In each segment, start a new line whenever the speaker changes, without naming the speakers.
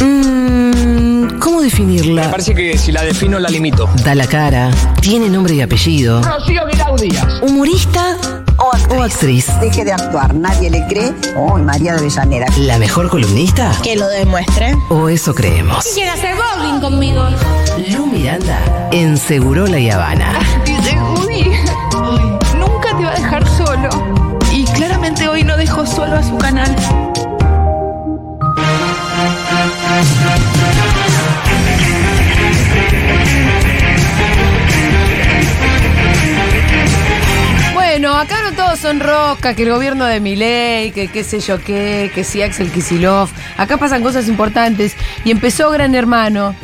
Mm, definirla,
Me parece que si la defino, la limito.
da la cara, tiene nombre y apellido.
Rocío Guirao Díaz.
Humorista o actriz.
Deje de actuar, nadie le cree. Oh, María de Avellaneda.
¿La mejor columnista?
Que lo demuestre.
O eso creemos.
Quiere hacer bowling conmigo.
Lu Miranda en Segurola y Habana.
Dice, Woody, nunca te va a dejar solo. Y claramente hoy no dejó solo a su canal.
Bueno, acá no todos son rosca, que el gobierno de Milei, que qué sé yo qué, que si Axel Kisilov. Acá pasan cosas importantes. Y empezó Gran Hermano,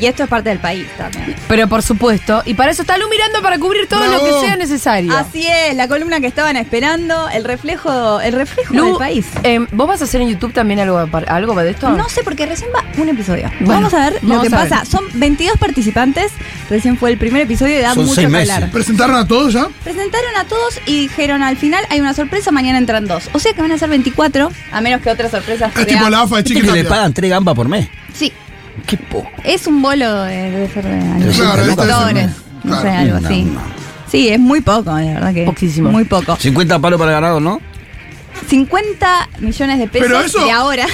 Y esto es parte del país también.
pero por supuesto. Y para eso está Lu Miranda para cubrir todo lo que sea necesario.
Así es, la columna que estaban esperando, el reflejo, el reflejo
Lu,
del país.
em, ¿vos vas a hacer en YouTube también algo, apar- algo de esto?
No sé, porque recién va un episodio.
Bueno,
vamos a ver
vamos
lo que
a ver.
pasa. Son 22 participantes. Recién fue el primer episodio y da
Son
mucho
seis
que
meses.
hablar.
¿Presentaron a todos ya?
Presentaron a todos y dijeron al final hay una sorpresa, mañana entran dos. O sea que van a ser 24, a menos que otras sorpresas.
Es tipo
crean.
la AFA de
¿Viste que le
Chiquitapia.
pagan tres gambas por mes?
Sí,
Qué poco.
es un bolo de, de ser de
Claro,
de
esto es el
actores,
mes.
No sé,
Claro.
algo
No,
así.
no.
Sí, es muy poco, de verdad que.
Poquísimo.
Muy poco.
50 palos para ganado, ¿no?
50 millones de pesos
Pero eso-
de ahora.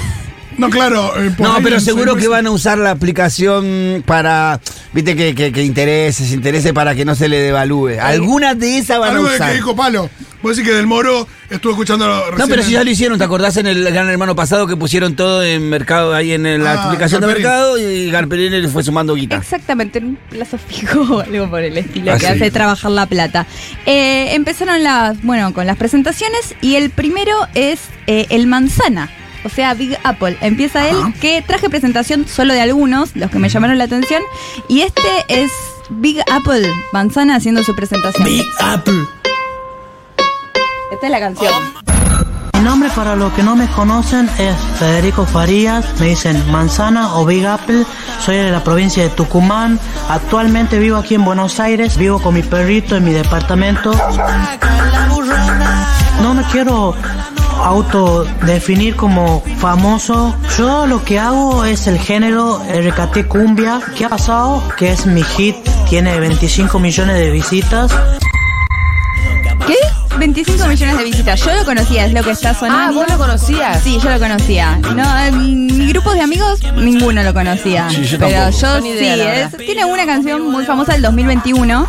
No, claro. eh, por
No,
ahí
pero
en seis
seguro que
meses-
van a usar la aplicación para, viste, que, que, que intereses, intereses para que no se le devalúe. Algunas de esas van a
Algo de que
usar.
dijo Palo. Vos decís que Del Moro estuvo escuchando recién.
No, pero si ya
en-
lo hicieron, ¿te acordás en el Gran Hermano pasado que pusieron todo en mercado, ahí en la
Ah,
aplicación
Garperín.
de mercado y Garperín le fue sumando
Ah.
guita?
Exactamente, en un plazo fijo o algo por el estilo
Ah,
que
sí.
hace trabajar la plata. Eh, empezaron las, bueno, con las presentaciones y el primero es eh, el manzana. O sea, Big Apple. Empieza él, que traje presentación solo de algunos, los que me llamaron la atención. Y este es Big Apple, manzana haciendo su presentación. Big Apple. Esta es la canción.
Mi nombre para los que no me conocen es Federico Farías, me dicen Manzana o Big Apple, soy de la provincia de Tucumán, actualmente vivo aquí en Buenos Aires, vivo con mi perrito en mi departamento. No me quiero autodefinir como famoso, yo lo que hago es el género RKT Cumbia, que ha pasado, que es mi hit, tiene 25 millones de visitas.
¿Qué? 25 millones de visitas. Yo lo conocía, es lo que está sonando.
Ah, ¿vos lo conocías?
Sí, yo lo conocía. No, eh, mi grupos de amigos, ninguno lo conocía.
Sí, yo
pero
tampoco.
yo
Ni
sí.
idea, la
es- tiene una canción muy famosa del 2021.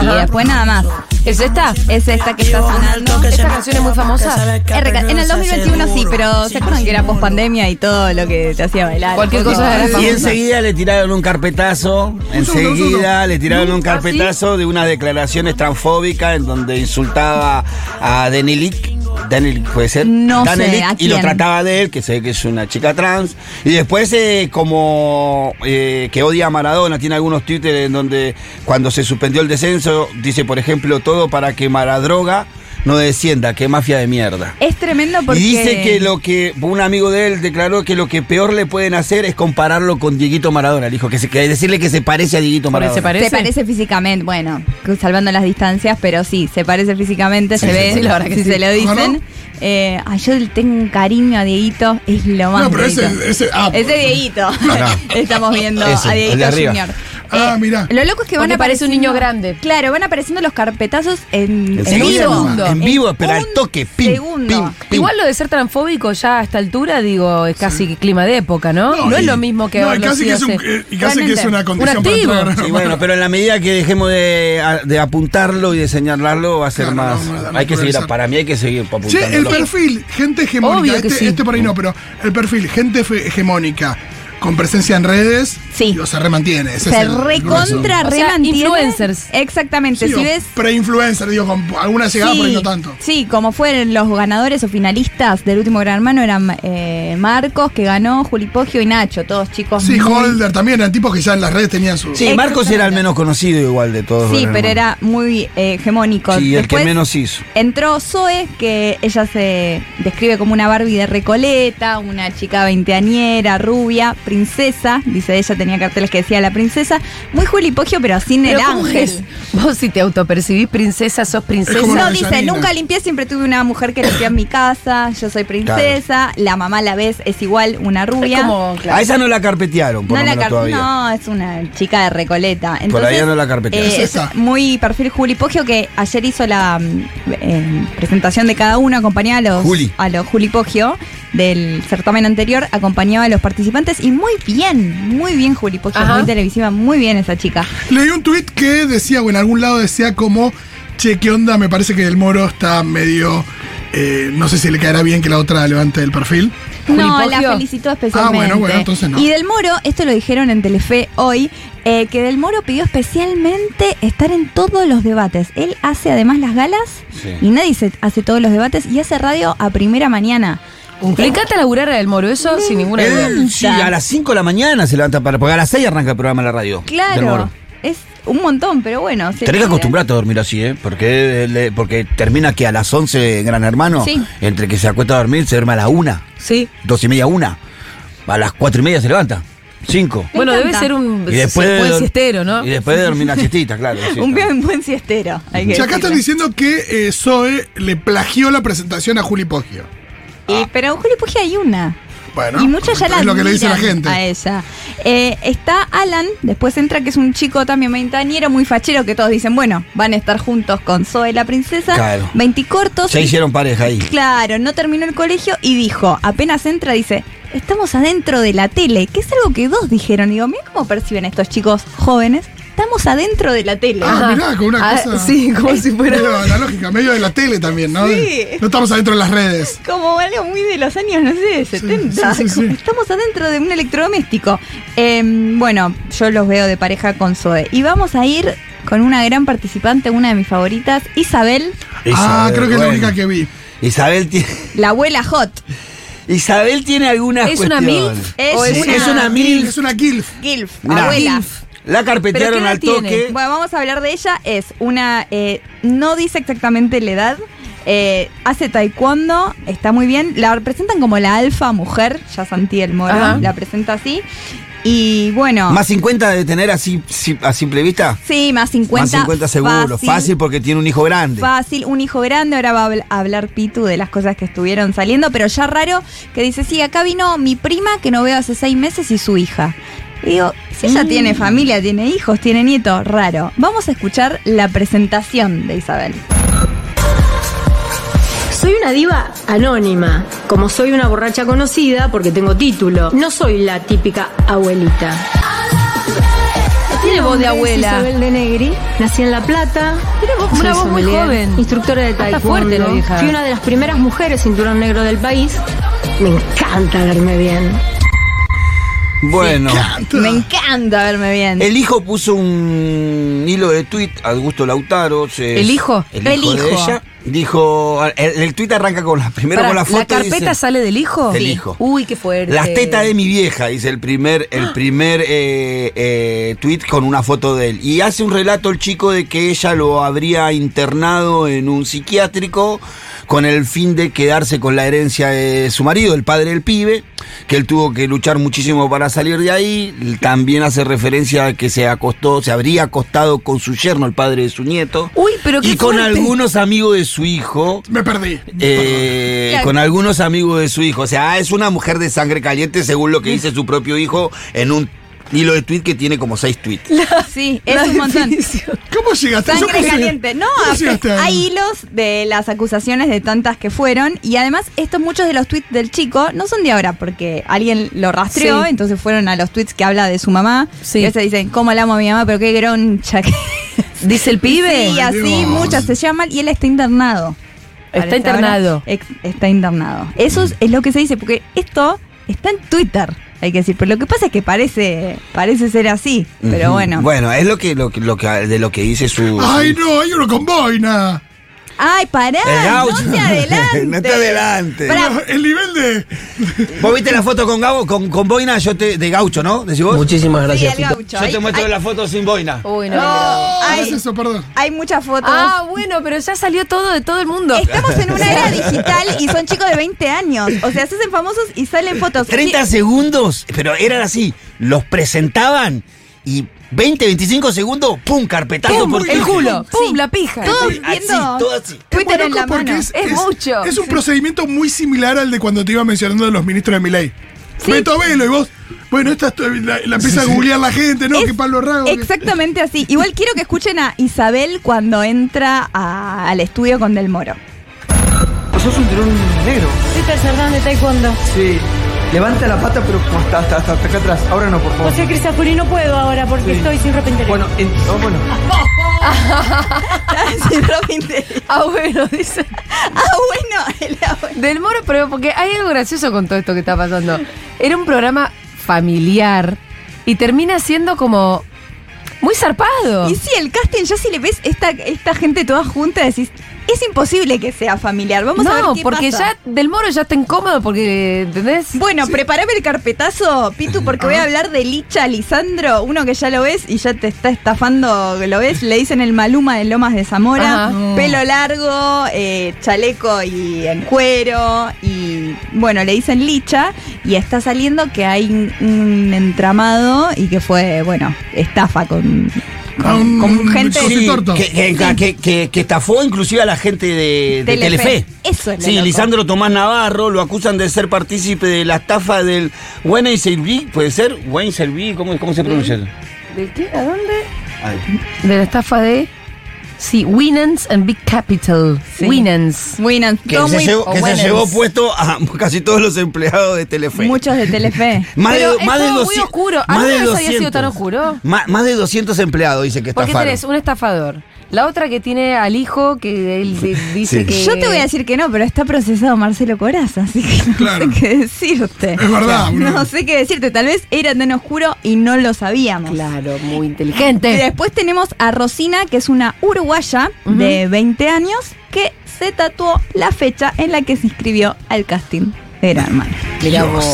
Y después nada más.
¿Es esta?
Es esta que está sonando.
¿Esta canción es muy famosa?
RK. En el 2021 sí, pero ¿se acuerdan que era post pandemia y todo lo que te hacía bailar?
Cualquier
Poco-
cosa era
Y
famosa.
enseguida le tiraron un carpetazo, enseguida le tiraron un carpetazo de unas declaraciones transfóbicas en donde insultaba a Danilik. Danilik puede ser.
No sé,
Danilik,
¿a
y lo
quién?
trataba de él, que sé que es una chica trans. Y después eh, como eh, que odia a Maradona, tiene algunos twitters en donde cuando se suspendió el descenso, dice por ejemplo todo para que Maradroga no descienda, que mafia de mierda.
Es tremendo porque.
Y dice que lo que un amigo de él declaró que lo que peor le pueden hacer es compararlo con Dieguito Maradona. Le dijo que, se, que decirle que se parece a Dieguito
Porque se
Maradona.
parece.
Se parece físicamente, bueno, salvando las distancias, pero sí, se parece físicamente, se
sí,
ve,
sí, la
verdad que
si
sí.
se lo
¿Cómo no?
dicen. Eh, ay, yo le tengo un cariño a Dieguito, es lo más.
No, pero ese-
Dieguito.
ese- ah,
Ese Dieguito.
no.
Estamos viendo
Ese,
a
el de
Dieguito
arriba.
Junior. eh,
Ah, mirá.
Lo loco es que van
Porque parece un
apareciendo-
niño grande.
Claro, van apareciendo los carpetazos en, en
Enseguida
vivo.
nomás, En vivo, pero al
un
toque. Pim,
segundo.
pim, pim.
Igual lo de ser transfóbico ya a esta altura, digo, es casi clima de época, ¿no? No, es
y-
lo mismo que
No, y
haberlo
casi
sido
que es, un-
hace-
eh, y casi que es una
Realmente.
condición
Un
para
activo.
entrar.
Sí, bueno, pero en la medida que dejemos de, a- de apuntarlo y de señalarlo, va a ser
Claro,
más.
no, no, no,
hay que
no,
seguir,
no, no.
para mí hay que seguir apuntando.
Che, el perfil, gente hegemónica.
Obvio que
este,
sí.
este por ahí no, pero el perfil, gente fe- hegemónica con presencia en redes,
Sí.
digo, se remantiene. ese es
Se
el grueso.
recontra,
O sea,
remantiene.
influencers.
Exactamente,
Sí,
si
o
ves
Pre-influencer, digo, con alguna llegada por ahí no tanto.
sí, como fueron los ganadores o finalistas del último Gran Hermano, eran eh, Marcos, que ganó, Juli Poggio y Nacho, todos chicos.
Sí,
muy-
Holder también, eran tipos que ya en las redes tenían su.
Sí, Marcos era el
Exactamente.
menos conocido igual de todos.
Sí,
bueno,
pero
hermano.
era muy eh, hegemónico.
Sí, el que
Después
menos hizo.
Entró Zoe, que ella se describe como una Barbie de Recoleta, una chica veinteañera, rubia. princesa, dice ella, tenía carteles que decía la princesa, muy Juli Poggio, pero sin
Pero
el
¿cómo
ángel.
es? Vos si te autopercibís princesa, sos princesa.
Es como una
No, dice,
Avellaneda.
nunca limpié, siempre tuve una mujer que limpiaba en mi casa, yo soy princesa, la mamá la ves, es igual una rubia.
Es como, claro.
A esa no la carpetearon, por
no,
lo
la
menos
car-
todavía.
no, es una chica de Recoleta. Entonces,
Todavía no la carpetearon.
eh,
Es
es
esa.
muy perfil Juli Poggio que ayer hizo la mm, eh, presentación de cada uno, acompañaba a los
Juli.
a los Juli Poggio del certamen anterior, acompañaba a los participantes y muy bien, muy bien Juli Poggio,
Ajá.
muy televisiva, muy bien esa chica.
Leí un tuit que decía, o en algún lado decía como, che, ¿qué onda? Me parece que el moro está medio... eh, no sé si le caerá bien que la otra levante el perfil.
Juli
No,
Poggio.
la felicitó especialmente.
Ah, bueno, bueno, entonces no.
Y Del Moro, esto lo dijeron en Telefe hoy, eh, que Del Moro pidió especialmente estar en todos los debates. Él hace además las galas
Sí.
y nadie se hace todos los debates y hace radio a primera mañana.
Le encanta laburar a Del Moro, eso sin ninguna duda.
Él, sí, a las 5 de la mañana se levanta para. Porque a las 6 arranca el programa en la radio. del Moro.
Claro, es un montón, pero bueno. se
Tenés que
logra.
acostumbrarte a dormir así, ¿eh? Porque, él, eh, porque termina que a las 11 Gran Hermano,
Sí.
entre que se acuesta a dormir, se duerme a la 1,
Sí.
2 y media, 1. A las 4 y media se levanta, 5.
Me
Bueno, debe
encanta.
Pues ser un
Y después
un
de
buen
dor-
siestero, ¿no?
Y después de dormir una siestita, claro. sí,
Un
claro.
buen, buen siestero. hay que
Ya acá están
decirlo.
diciendo que eh, Zoe le plagió la presentación a Juli Poggio.
Y- pero Juli Pugio hay una.
Bueno,
y muchas ya la
es lo que le dice la
admiran
gente.
a ella. Eh, está Alan, después entra que es un chico también veintañero, muy fachero, que todos dicen, bueno, van a estar juntos con Zoe la princesa.
Claro.
Veinticortos.
Se hicieron pareja ahí.
Claro, no terminó el colegio y dijo, apenas entra, dice, estamos adentro de la tele, que es algo que dos dijeron. Digo, mira cómo perciben estos chicos jóvenes, estamos adentro de la tele.
Ah, mirá, con una
Ah,
cosa.
sí, como si fuera.
Medio, la lógica, medio de la tele también, ¿no?
Sí.
De- no estamos adentro de las redes.
Como algo muy de los años, no sé, 70.
sí, sí,
Como
sí.
Estamos adentro de un electrodoméstico. Eh, bueno, yo los veo de pareja con Zoe. Y vamos a ir con una gran participante, una de mis favoritas, Isabel,
ah, creo que es la
bueno.
única que vi.
Isabel tiene,
la abuela Hot.
Isabel tiene algunas
¿Es una
cuestiones.
MILF?
Es
Sí,
una-
es una MILF.
Es una kilf.
Gilf,
Mirá.
abuela.
La
¿Pero
carpetearon
qué edad
al toque.
Bueno, vamos a hablar de ella. Es una. eh, no dice exactamente la edad. eh, hace taekwondo, está muy bien. La presentan como la alfa mujer, ya Santi el Moro
Ajá.
la presenta así. Y bueno.
Más 50 debe tener así, si- a simple vista.
Sí, más 50.
Más 50 seguro. Fácil, porque tiene un hijo grande.
Fácil, un hijo grande, ahora va a habl- a hablar Pitu de las cosas que estuvieron saliendo, pero ya raro que dice, sí, acá vino mi prima que no veo hace seis meses y su hija. Y digo, si ella
Mm.
tiene familia, tiene hijos, tiene nieto, raro. Vamos a escuchar la presentación de Isabel.
Soy una diva anónima, como soy una borracha conocida porque tengo título. No soy la típica abuelita. Mi
Tiene voz de
nombre es
abuela.
Isabel de Negri, nací en La Plata.
Tiene voz-
Soy
una voz muy
sommelier,
joven.
Instructora de
Está
taekwondo.
fuerte la vieja.
Fui una de las primeras mujeres cinturón negro del país. Me encanta verme bien.
Bueno.
Me encanta verme bien.
El hijo puso un hilo de tuit, Augusto Lautaro. se-
¿El hijo?
El hijo.
El
de
hijo.
ella. Dijo. El, el tuit arranca con la, primero
Pará,
con la foto. y
carpeta
dice,
sale del hijo?
Del
Sí.
hijo.
Uy, qué fuerte.
Las tetas de mi vieja, dice el primer, el primer eh, eh, tweet con una foto de él. Y hace un relato el chico de que ella lo habría internado en un psiquiátrico con el fin de quedarse con la herencia de su marido, el padre del pibe, que él tuvo que luchar muchísimo para salir de ahí. También hace referencia a que se acostó, se habría acostado con su yerno, el padre de su nieto.
Uy, pero qué
y con
fuerte.
algunos amigos de su hijo.
Me perdí.
Eh,
Claro.
con algunos amigos de su hijo. O sea, es una mujer de sangre caliente, según lo que dice su propio hijo en un hilo de tweet que tiene como seis tweets.
sí,
La
es un montón.
definición.
¿Cómo llegaste? Yo
Sangre
pensé-
caliente. No,
¿Cómo llegaste a-
hay hilos de las acusaciones de tantas que fueron. Y además, estos muchos de los tweets del chico no son de ahora, porque alguien lo rastreó,
Sí.
entonces fueron a los tweets que habla de su mamá.
Sí.
Y se dicen, ¿cómo la amo a mi mamá? Pero qué groncha que es".
Dice el pibe.
Sí, así
Dios.
muchas se llaman. Y él está internado.
Está
Parece
internado.
ahora, ex- está internado. Eso es, es lo que se dice, porque esto está en Twitter. Hay que decir, pero lo que pasa es que parece, parece ser así. Pero
Ujú.
bueno.
Bueno, es lo que, lo, que- lo que de lo que dice su.
Ay,
su-
no, hay uno con boina.
Ay, pará.
El gaucho.
No te adelantes.
No te adelantes.
Pará,
El nivel de.
¿Vos viste la foto con Gabo, con, con boina yo te, de gaucho, no? Decís vos.
Muchísimas
sí,
gracias.
al gaucho.
Yo
Hay-
te muestro
hay-
la foto sin boina.
Uy, no.
No,
¿Qué es
hay,
eso, perdón?
hay muchas fotos.
Ah, bueno, pero ya salió todo de todo el mundo.
Estamos en una era digital y son chicos de 20 años. O sea, se hacen famosos y salen fotos.
30 segundos, pero eran así. Los presentaban y 20, 25 segundos, pum, carpetazo
¡Pum!
por
El
Twitter.
culo. ¡Pum! La pija.
Todos
Así,
viendo
todo así.
Twitter
Bueno,
en la
loco, porque
mano.
Es mucho.
Es un procedimiento muy similar al de cuando te iba mencionando de los ministros de Milei. Beto Velo y vos. Bueno, esta es tu- la, la empieza a googlear la gente, ¿no?
Es
que Pablo Rago. que-
Exactamente así. Igual quiero que escuchen a Isabel cuando entra a- al estudio con Del Moro.
sos un tirón negro.
Soy tercer de taekwondo.
Sí. Levanta la pata, pero como hasta, hasta, hasta acá atrás. Ahora no, por favor.
José Crisafuri no puedo ahora porque estoy sin repente.
Bueno, en- oh, bueno.
Robin te-
Ah, bueno, dice.
ah, bueno, el abuelo.
Del Moro, pero porque hay algo gracioso con todo esto que está pasando. Era un programa familiar y termina siendo como muy zarpado.
Y sí, el casting, ya si le ves esta, esta gente toda junta, decís, es imposible que sea familiar. Vamos a ver
no,
qué
porque
pasa.
ya Del Moro ya está incómodo porque, ¿entendés?
Bueno, prepárame el carpetazo, Pitu, porque
Ah.
voy a hablar de Licha Lisandro, uno que ya lo ves y ya te está estafando, lo ves, le dicen el Maluma de Lomas de Zamora,
Ajá.
Mm. pelo largo, eh, chaleco y en cuero, y bueno, le dicen Licha, y está saliendo que hay un- un entramado y que fue, bueno, estafa con, con-
A un-
con
un
gente...
cosi-
Sí,
torto.
que, que- que- que- que estafó inclusive a la gente de, de
Telefe.
Telefe.
Eso es lo
Sí,
loco.
Lisandro Tomás Navarro lo acusan de ser partícipe de la estafa del Wayne Selby, ¿puede ser? Wayne Selby, ¿cómo, cómo se pronuncia?
Mm. ¿De qué? ¿A dónde?
Ay.
De la estafa de. Sí, Winans and Big Capital.
Sí.
Winans.
Buenas,
Que
todo
se,
muy-
llevó, que se
buenas.
llevó pues, puesto a casi todos los empleados de Telefe.
Muchos de Telefe.
Más
Pero es
más
todo muy
200
oscuro.
más de
¿Alguna vez había sido
200.
tan oscuro?
Má- más de 200 empleados dice que
Porque
estafaron.
tenés un estafador. La otra que tiene al hijo que él de- dice
Sí.
que.
Yo te voy a decir que no, pero está procesado Marcelo Coraza, así que no
Claro.
sé qué decirte.
Es verdad, boludo.
No sé qué decirte, tal vez era tan oscuro y no lo sabíamos.
Claro, muy
Y
inteligente.
después tenemos a Rosina, que es una uruguaya
Ujú.
de 20 años, que se tatuó la fecha en la que se inscribió al casting de Gran Hermano.
Mirá vos.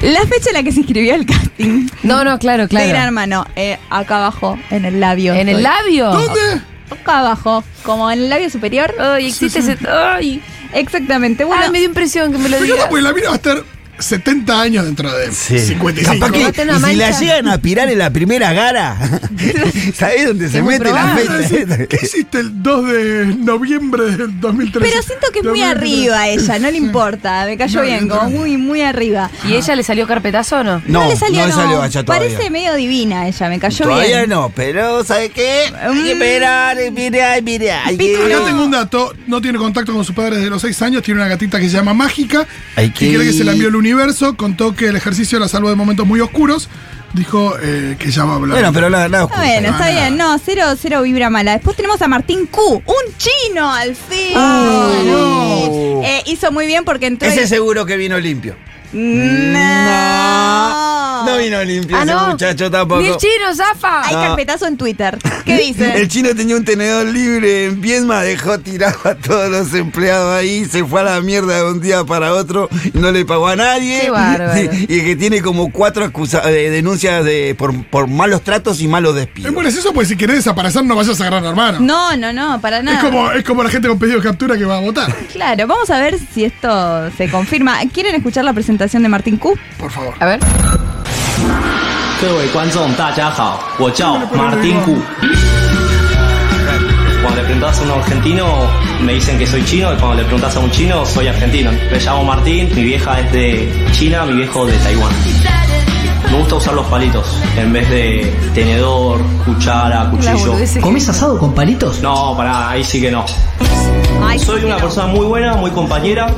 La fecha en la que se inscribió al casting
No, no, claro,
de Gran
claro.
Hermano, eh, acá abajo, en el labio.
¿En el
estoy.
labio?
¿Dónde?
Acá abajo, como en el labio superior.
Ay, existe ese. Ay.
Exactamente. Bueno,
Ay, Ah, me dio impresión que me lo
Fíjate,
digas.
porque la mina va a estar 70 años dentro de
Sí.
55.
Capaz que
No tenés
y si la
mancha.
llegan a pirar en la primera gara, ¿sabés dónde se
Es muy
mete la
probable.
fecha?
¿Qué hiciste el 2 de noviembre del 2013?
Pero siento que es muy
2013.
arriba ella, no le importa, me cayó
No,
bien,
no.
como muy, muy arriba.
¿Y ella le salió carpetazo o no?
No, le salió, no.
le salió a ella todavía.
Parece medio divina ella, me cayó
Todavía
bien.
no, pero ¿sabes qué? Hay
Mm.
que esperar, eh, mire, ay, mire, ay,
Pitu,
que-
Acá tengo un dato, no tiene contacto con sus padres desde los 6 años, tiene una gatita que se llama Mágica,
Ay,
que
qué-
cree que se la envió el universo, contó que el ejercicio la salvó de momentos muy oscuros, dijo eh, que ya va a hablar.
Bueno, pero la, la
Ah, Bueno, está bien, no, cero, cero vibra mala. Después tenemos a Martín Q, un chino, al fin.
no.
Eh, hizo muy bien porque entró.
Ese
y-
seguro que vino limpio.
Ah, No.
No vino limpio ese muchacho
Ah, Ni el
tampoco.
chino, zafa.
Hay
No.
carpetazo en Twitter. ¿Qué dice?
El chino tenía un tenedor libre en Viedma, dejó tirado a todos los empleados ahí, se fue a la mierda de un día para otro, no le pagó a nadie.
Qué bárbaro.
Y que tiene como cuatro acusa- eh, denuncias de, por, por malos tratos y malos
Eh,
despidos.
bueno, es eso, pues si querés desaparecer no vayas a agarrar hermano.
No, no, no, para nada.
Es como, es como la gente con pedido de captura que va a votar.
Claro, vamos a ver si esto se confirma. ¿Quieren escuchar la presentación de Martín Q?
Por favor.
A ver.
各位观众，大家好，我叫马丁古。Cuando le preguntas a un argentino, me dicen que soy chino, y cuando le preguntas a un chino, soy argentino. Me llamo Martín, mi vieja es de China, mi viejo de Taiwán. Me gusta usar los palitos en vez de tenedor, cuchara,
La
cuchillo.
boludez que-
asado con palitos?
No, pará, ahí sí que no.
Ay,
Soy una persona muy buena, muy compañera,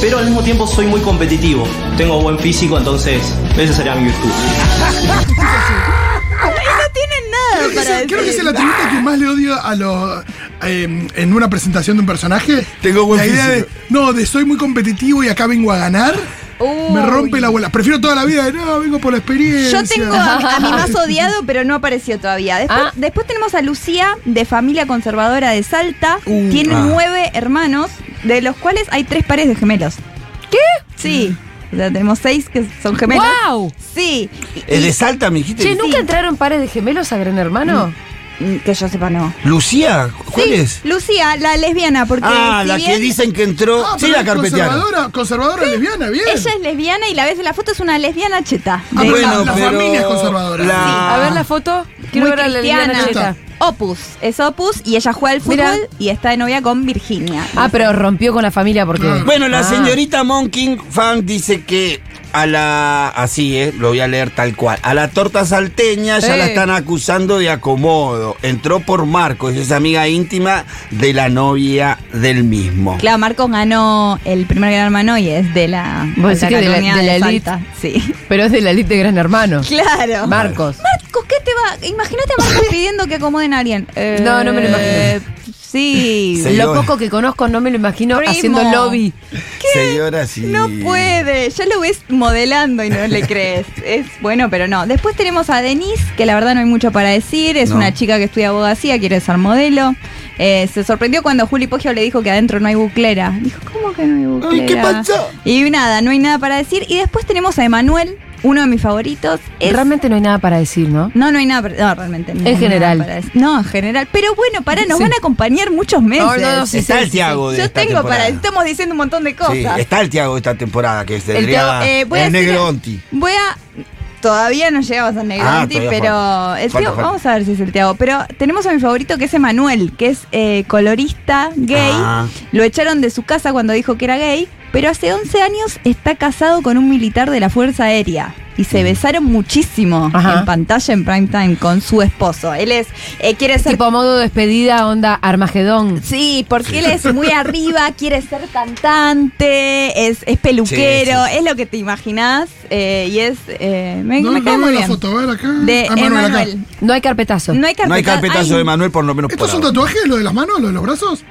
pero al mismo tiempo soy muy competitivo. Tengo buen físico, entonces esa sería mi virtud.
no tienen nada
Ah, Creo que
para
es- Creo que es
decir.
el atributo que más le odio a los. eh, en una presentación de un personaje.
Tengo buen
La idea de.
físico.
No, de soy muy competitivo y acá vengo a ganar. Me rompe la abuela. Prefiero toda la vida de no, vengo por la experiencia.
Yo tengo a, mi- a mi más odiado, pero no apareció todavía. Después,
Ah.
después tenemos a Lucía, de familia conservadora de Salta.
Uh.
Tiene
Ah.
nueve hermanos, de los cuales hay tres pares de gemelos. ¿Qué? Sí. O sea, tenemos seis que son gemelos.
¡Wow!
Sí.
El de Salta me dijiste.
Che, ¿nunca entraron pares de gemelos a Gran Hermano?
Mm, Que yo sepa, no.
Lucía, ¿cuál
Sí,
es?
Lucía, la lesbiana, porque.
Ah,
si
la
bien
que dicen que entró.
Ah,
sí,
pero
la
es
carpeteana.
Conservadora, conservadora lesbiana, bien.
Ella es lesbiana y la ves en la foto, es una lesbiana cheta.
Ah,
De-
bueno,
pues,
la familia es conservadora.
la- Ah.
A ver la foto. Quiero
muy
ver a la lesbiana
cristiana.
cheta.
Opus, es Opus y ella juega al fútbol
Mira.
y está de novia con Virginia.
Ah, pero rompió con la familia porque.
Bueno, la
Ah.
señorita Monking Fan dice que a la. Así, ¿eh? Lo voy a leer tal cual. A la torta salteña ya
Eh.
la están acusando de acomodo. Entró por Marcos, es amiga íntima de la novia del mismo.
Claro, Marcos ganó el primer gran hermano y es de la,
Vos decís que de la-
Cataluña
de la elite.
Salta. Sí.
Pero es de la elite de Gran Hermano.
Claro.
Marcos.
Marcos, ¿qué te va? Imagínate a Marcos pidiendo que acomoden a alguien. Eh,
No, no me lo imagino.
Sí.
Sí.
Lo
Señor.
poco que conozco no me lo imagino
Primo.
haciendo lobby.
Señora, sí.
No puede, ya lo ves modelando y no le crees. Es bueno, pero no. Después tenemos a Denise, que la verdad no hay mucho para decir. Es
No.
una chica que estudia abogacía, quiere ser modelo. Eh, se sorprendió cuando Juli Poggio le dijo que adentro no hay buclera. Dijo, ¿cómo que no hay buclera?
Ay, ¿qué pasó?
Y nada, no hay nada para decir. Y después tenemos a Emanuel, uno de mis favoritos. Es-
Realmente no hay nada para decir, ¿no?
No, no hay nada, para- no, realmente. no
En
hay nada
general.
para decir. no, en general. Pero bueno, para, nos
Sí.
van a acompañar muchos meses.
No, no, no, sí,
Está el Tiago de
Yo
esta
tengo para,
temporada.
estamos diciendo un montón de cosas.
Sí, está el Tiago de esta temporada que es
El Tiago, eh, voy a
el
decir-
negro Onti.
Voy a. Todavía no llegamos al Negroni,
Ah, todavía
pero.
falta.
El
Falta,
Tiago-
falta.
vamos a ver si es el Tiago. Pero tenemos a mi favorito que es Emanuel, que es eh, colorista gay.
Ah.
Lo echaron de su casa cuando dijo que era gay, pero hace 11 años está casado con un militar de la Fuerza Aérea. Y
Mm.
se besaron muchísimo
Ajá.
en pantalla en prime time con su esposo. Él es. eh, quiere ser.
Tipo modo despedida, onda Armagedón.
Sí, porque él es muy arriba, quiere ser cantante, es, es peluquero,
Sí,
es lo que te imaginás eh, y es... eh, me,
No,
me cae
no
muy
veo la
bien.
foto, a ver acá.
De
Ah, Manuel, acá.
Emanuel.
No hay carpetazo.
No hay carpetazo.
No hay carpetazo de Manuel, por lo menos
¿Estos
por
son
ahora.
tatuajes, lo de las manos, lo de los brazos?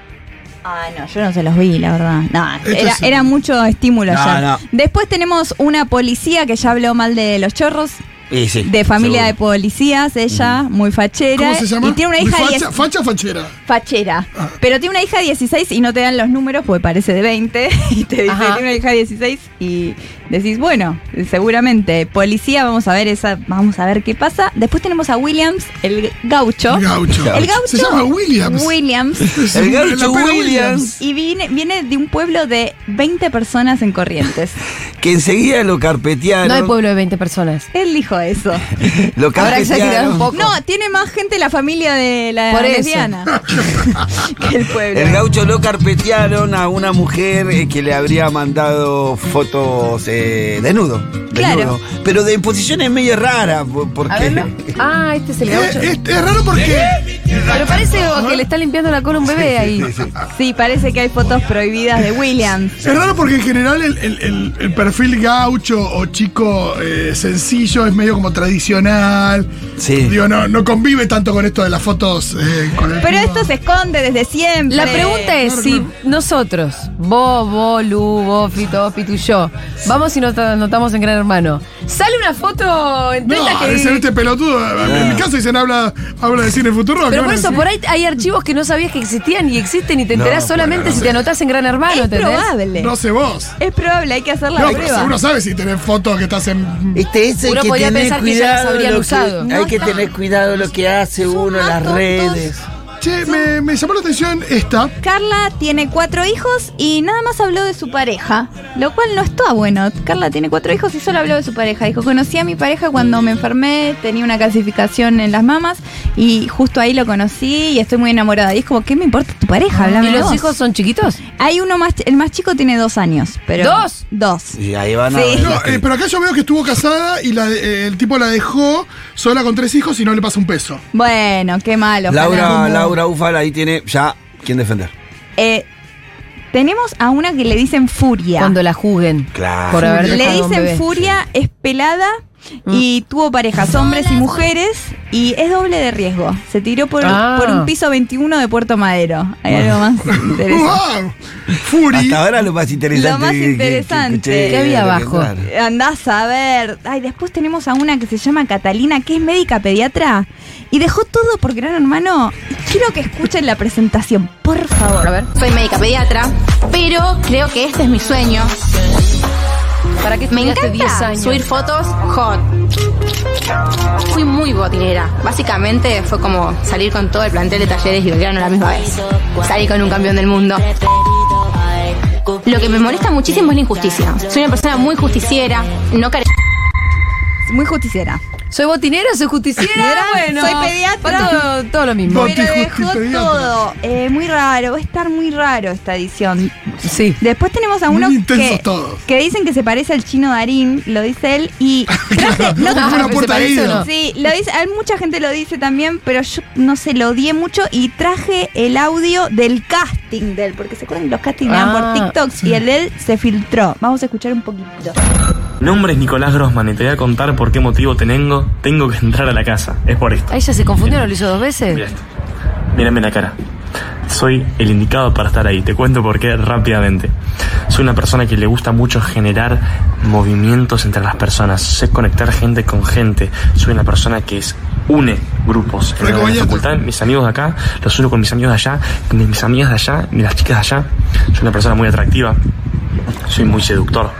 Ah, no, yo no se los vi, la verdad. No,
Esto
era,
es-
era mucho estímulo
No,
ya.
no.
Después tenemos una policía que ya habló mal de los chorros,
Sí, sí,
de familia
seguro.
de policías, ella, muy fachera.
¿Cómo se llama?
Y tiene una
Muy
hija de
facha, facha o fachera.
Fachera.
Ah.
Pero tiene una hija de 16 y no te dan los números porque parece de 20. Y te dice,
Ajá.
tiene una hija de 16 y decís, bueno, seguramente policía, vamos a ver esa, vamos a ver qué pasa. Después tenemos a Williams, el gaucho.
Gaucho.
El gaucho.
Se llama Williams.
Williams.
Es
El
un-
Gaucho
la pera
Williams,
Y viene, viene de un pueblo de 20 personas en Corrientes.
que enseguida lo carpetearon.
No hay pueblo de 20 personas.
Él dijo eso.
Lo
Habrá exagerado
carpetearon.
un poco.
No, tiene más gente la familia de la
Por eso.
lesbiana que el pueblo.
El gaucho lo carpetearon a una mujer eh, que le habría mandado fotos eh, desnudo,
Claro.
desnudo. Pero de posiciones medio raras, po- porque...
A verlo. Ah, este es el
Es,
gaucho.
Eh, es- es raro porque.
Pero parece que le está limpiando la cola a un bebé ahí.
Sí, parece que hay fotos prohibidas de Williams.
Es raro porque en general el, el- el- el perfil gaucho o chico eh, sencillo es medio como tradicional.
Sí.
Digo, no, no convive tanto con esto de las fotos. eh, con el
Pero
tipo.
esto se esconde desde siempre.
La pregunta es si nosotros, vos, vos, Lu, vos, Fito, vos, Pitu y yo, vamos y nos anotamos en Gran Hermano. Sale una foto en
No,
teta que...
debe ser este pelotudo. En
Ah.
mi caso dicen habla, habla de cine futuro.
Pero por eso, por ahí hay archivos que no sabías que existían y existen y te
No,
enterás
bueno,
solamente
no
si
sé.
te anotás en Gran Hermano,
es
ah, ¿entendés?
probable.
No sé vos.
Es probable, hay que hacer la
No, pero
prueba.
seguro sabes si tenés fotos que estás en.
Este es
el Uno que podía tener pensar que ya las cuidado habrían lo que- usado.
hay que tener
cuidado lo que hace
Son uno en más las tontos. redes.
Che, me, me llamó la atención esta.
Carla tiene cuatro hijos y nada más habló de su pareja, lo cual no está bueno. Carla tiene cuatro hijos y solo habló de su pareja. Dijo, conocí a mi pareja cuando me enfermé, tenía una calcificación en las mamas y justo ahí lo conocí y estoy muy enamorada. Y es como, ¿qué me importa tu pareja? Hablame
Ah, ¿Y los
vos".
hijos son chiquitos?
Hay uno más, el más chico tiene dos años, pero...
¿Dos?
Dos.
Y ahí van a...
Sí.
No, eh, pero acá yo veo que estuvo casada y la, de- eh, el tipo la dejó sola con tres hijos y no le pasa un peso.
Bueno, qué malo. ojalá.
Laura,
Como-
Laura Ufal ahí tiene ya quien defender.
Eh, tenemos a una que le dicen Furia.
Cuando la juzguen.
Claro.
Por haber
le
Le
dejado a un
dicen
bebé. Mm.
Furia, es pelada, y tuvo parejas, hombres y mujeres, y es doble de riesgo. Se tiró por,
Ah.
por un piso 21 de Puerto Madero. Hay algo más interesante.
Fury.
Hasta ahora lo más interesante.
Lo más
que- que- que
interesante.
escuché
¿Qué
había
de lo que
abajo?
entraron.
Andás a ver. Ay, después tenemos a una que se llama Catalina, que es médica pediatra. Y dejó todo por gran hermano. Quiero que escuchen la presentación, por favor. A ver.
Soy médica pediatra, pero creo que este es mi sueño. ¿Para qué Me encanta
10 años?
subir fotos hot. Fui muy botinera. Básicamente fue como salir con todo el plantel de talleres y Belgrano a la misma vez. Salí con un campeón del mundo. Lo que me molesta muchísimo es la injusticia. Soy una persona muy justiciera, no care...
Muy justiciera.
¿Soy botinera? ¿Soy justiciera?
Era, soy pediatra.
Todo, todo lo mismo.
Pero dejó todo. Eh, muy raro, va a estar muy raro esta edición.
Sí.
Después tenemos a uno
Muy intensos
que,
todos.
que dicen que se parece al chino Darín, lo dice él, y no sé, no-
Fue una puerta de ida.
Sí, lo dice, hay mucha gente lo dice también, pero yo no sé, lo odié mucho y traje el audio del casting de él, porque se acuerdan que los castings eran
Ah,
por TikToks y el de él se filtró. Vamos a escuchar un poquito.
Mi nombre es Nicolás Grossman y te voy a contar por qué motivo tengo, tengo que entrar a la casa. Es por esto.
Ahí ya se confundió, ¿no lo hizo dos veces?
Mira esto. Mírame la cara. Soy el indicado para estar ahí. Te cuento por qué rápidamente. Soy una persona que le gusta mucho generar movimientos entre las personas. Sé conectar gente con gente. Soy una persona que es une grupos. En la
Recomiendo.
facultad, mis amigos de acá, los uno con mis amigos de allá, ni mis amigas de allá, ni las chicas de allá. Soy una persona muy atractiva. Soy muy seductor.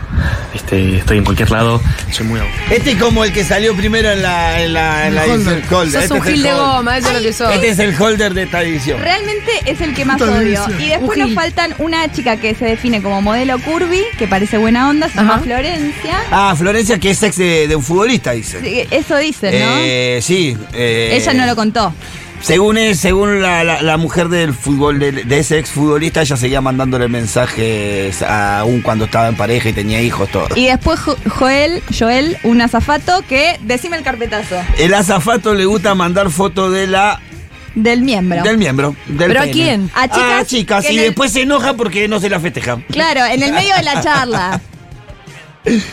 Este, estoy en cualquier lado. Soy muy...
Este es como el que salió primero en la, en la, en la
Holder.
edición Holder.
Sos
Este
un
es el
gil de
Holder.
goma, eso es lo que sos.
Este es el Holder de esta edición.
Realmente es el que más
Puta
odio.
delicia.
Y después
Ujú.
nos faltan una chica que se define como modelo curvy, que parece buena onda, se llama
Ajá.
Florencia.
Ah, Florencia, que es ex de, de un futbolista, dice.
Sí, Eso dicen, ¿no?
Eh, sí. eh,
Ella no lo contó.
Según él, según la, la- la mujer del fútbol, de, de ese ex futbolista, ella seguía mandándole mensajes aún cuando estaba en pareja y tenía hijos, todo.
Y después Jo- Joel, Joel, un azafato que decime el carpetazo
El azafato le gusta mandar fotos de la
del miembro.
del miembro. Del
¿Pero a
pene. Ah,
quién?
A chicas
chicas,
que
y
en el-
después se enoja porque no se la festejan.
Claro, en el medio de la charla.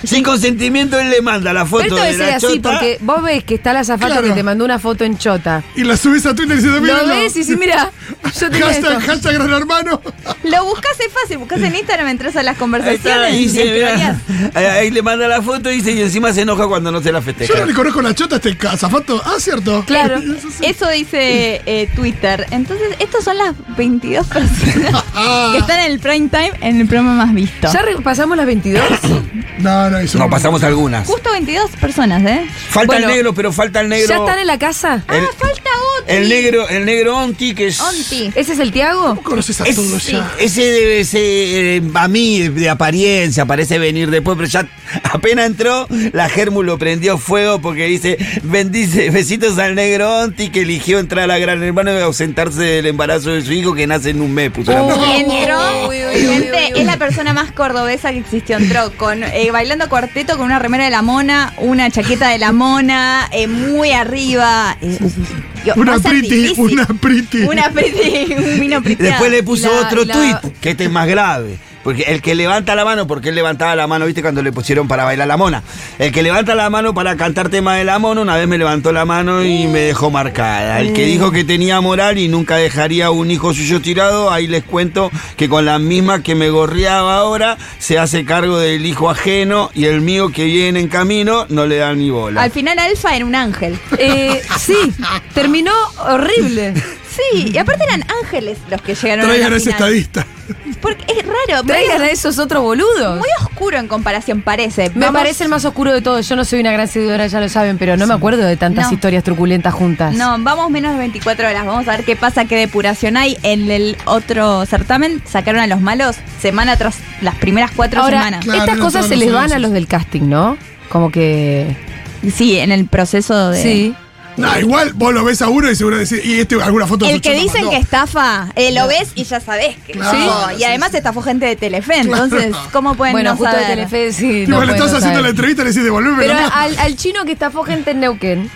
Sin consentimiento él le manda la foto
Pero esto
de
debe ser
la
así,
chota.
porque vos ves que está la zafata
Claro.
que te mandó una foto en chota.
Y la subís a Twitter diciendo, mira.
Lo ves y sí, mira, yo tenía esto.
Hashtag, hashtag gran hermano.
Lo buscas es fácil, buscas en Instagram, entras a las
Ahí está,
conversaciones. y
dice, mirá,
explorías.
ahí, ahí le manda la foto dice, y encima se enoja cuando no se la
Yo no
festeja.
le conozco la chota a este azafato. Ah, cierto.
Claro,
Eso sí.
eso dice eh, Twitter. Entonces, estas son las 22
Ah,
personas que están en el prime time en el programa más visto.
¿Ya re- pasamos las 22?
No, no, eso
No, pasamos algunas.
Justo 22 personas, ¿eh?
Falta
Bueno,
el negro, pero falta el negro.
¿Ya están en la casa?
El-
ah, falta Oti.
El negro, el negro Onti, que es.
Onti.
¿Ese es el Tiago?
¿Cómo conoces a
es-
todos
sí,
ya?
ese debe ser, eh, a mí, de apariencia, parece venir después, pero ya apenas entró, la Germu lo prendió fuego porque dice, bendice, besitos al negro Onti que eligió entrar a la gran hermano y ausentarse del embarazo de su hijo que nace en un mes, puso
Oh.
la mujer.
Entró,
Uy, uy, uy, uy,
gente,
uy.
es la persona más cordobesa que existió. Entró con, eh, bailando cuarteto con una remera de la mona, una chaqueta de la mona, eh, muy arriba. eh, digo, va
Una
a ser
pretty,
difícil.
una pretty.
Una pretty, un vino priteado.
Después le puso
La-
otro
la-
tuit, que este es más grave. Porque el que levanta la mano, porque él levantaba la mano, viste, cuando le pusieron para bailar la mona. El que levanta la mano para cantar tema de la mona, una vez me levantó la mano y me dejó marcada. El que dijo que tenía moral y nunca dejaría un hijo suyo tirado, ahí les cuento que con la misma que me gorreaba ahora, se hace cargo del hijo ajeno y el mío que viene en camino no le da ni bola.
Al final Alfa era un ángel.
Eh, sí, terminó horrible.
Sí, y aparte eran ángeles los que llegaron
Traigan
a
a
la
ese
final.
estadista.
Porque es raro,
Traigan
muy,
a esos otros boludos.
muy oscuro en comparación parece.
Me
Vamos-
parece el más oscuro de todos. Yo no soy una gran seguidora, ya lo saben, pero no me acuerdo de tantas
No.
historias truculentas juntas.
No, vamos menos de 24 horas. Vamos a ver qué pasa, qué depuración hay. En el otro certamen sacaron a los malos semana tras las primeras cuatro
Ahora,
semanas.
Claro,
estas
no
cosas
todos
se
los
les van
anuncios.
a los del casting, ¿no? Como que.
Sí, en el proceso de.
Sí.
No, igual vos lo ves a uno y seguro decís, y este alguna foto de
El
su
que
chota
dicen
mandó.
que estafa, eh, lo ves y ya sabés que
Claro,
estafó.
sí,
Y además estafó gente de Telefe, entonces,
Claro.
¿cómo pueden
Bueno,
no
justo de
saber?
Telefe sí.
Tipo, le estás haciendo la entrevista y le decís, devolveme
Pero
la
al, al chino que estafó gente en Neuquén.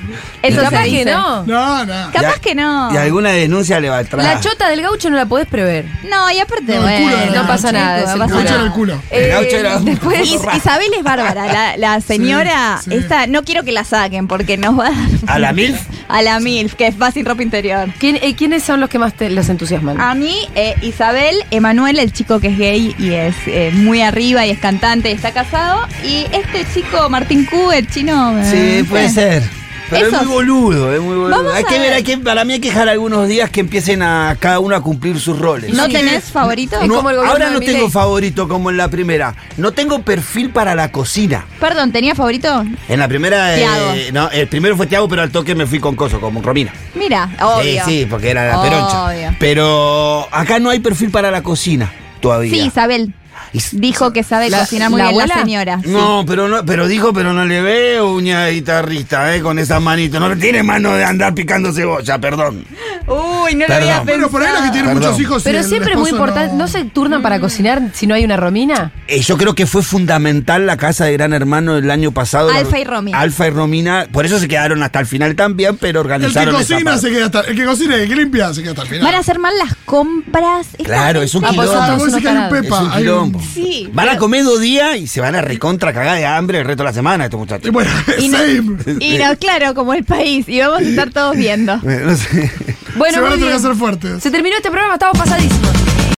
Eso
Capaz que
se dice.
no.
No, no.
Capaz que no.
Y alguna denuncia le va a traer.
La chota del gaucho no la podés prever.
No, y aparte,
No, el culo
bueno,
era- no pasa nada,
chico,
es el
pasa
culo.
nada.
el culo.
El
eh,
gaucho era un
después-
Is- Isabel es bárbara, la, la señora,
Sí, sí.
esta, no quiero que la saquen porque nos va a dar
¿A la MILF?
a la MILF, que va sin ropa interior.
¿Quién- eh, ¿Quiénes son los que más te, los entusiasman?
A mí, eh, Isabel, Emanuel, el chico que es gay y es eh, muy arriba y es cantante y está casado. Y este chico, Martín Q, el chino. eh,
Sí,
no
puede
sé.
ser. Pero
Esos-
es muy boludo, es muy boludo.
Vamos
hay
a
que ver,
ver.
hay que, para mí hay que dejar algunos días que empiecen a cada uno a cumplir sus roles.
¿No tenés favorito?
Es
No,
como el gobierno
ahora
de
no
Milei.
tengo favorito como en la primera. No tengo perfil para la cocina.
Perdón, ¿tenía favorito?
En la primera, eh,
Tiago.
no, el primero fue Tiago, pero al toque me fui con Coso, con Romina.
Mira, obvio.
Sí, sí, porque era la
Obvio.
peroncha. Pero acá no hay perfil para la cocina todavía.
Sí, Isabel.
Is-
Dijo que sabe
La-
cocinar muy
¿la
bien la
abuela?
señora. sí.
No, pero no, pero dijo, pero no le veo uña de guitarrista, eh, con esas manitos. No le tiene mano de andar picando cebolla, perdón.
Uy, no lo
Perdón.
había pensado.
Bueno, por ahí los que tienen
Perdón.
muchos hijos. y
Pero
el
siempre es muy
esposo Mm.
importante. No. se turnan para cocinar si no hay una Romina?
Eh, yo creo que fue fundamental la casa de Gran Hermano el año pasado.
Alfa y Romina.
Alfa y Romina, por eso se quedaron hasta el final también, pero
El que
organizaron esa
cocina
parte.
se queda hasta el que cocina y el que limpia se queda hasta el final.
Van a hacer mal las compras. Esta
Claro, es un
gente-
pues
Ah,
todos
vos
unos
decís que hay un
tarados.
Es un
pepa. hay un-
quilombo.
Sí.
Van a comer dos días y se van a recontra cagar de hambre el resto de la semana estos
Y
muchachos.
bueno,
Y no-
same.
Y no, claro, como el país. Y vamos a estar todos viendo.
Eh, no sé.
Se
Bueno,
van a
muy
tener que
bien.
hacer fuertes.
Se terminó este programa, estamos pasadísimos.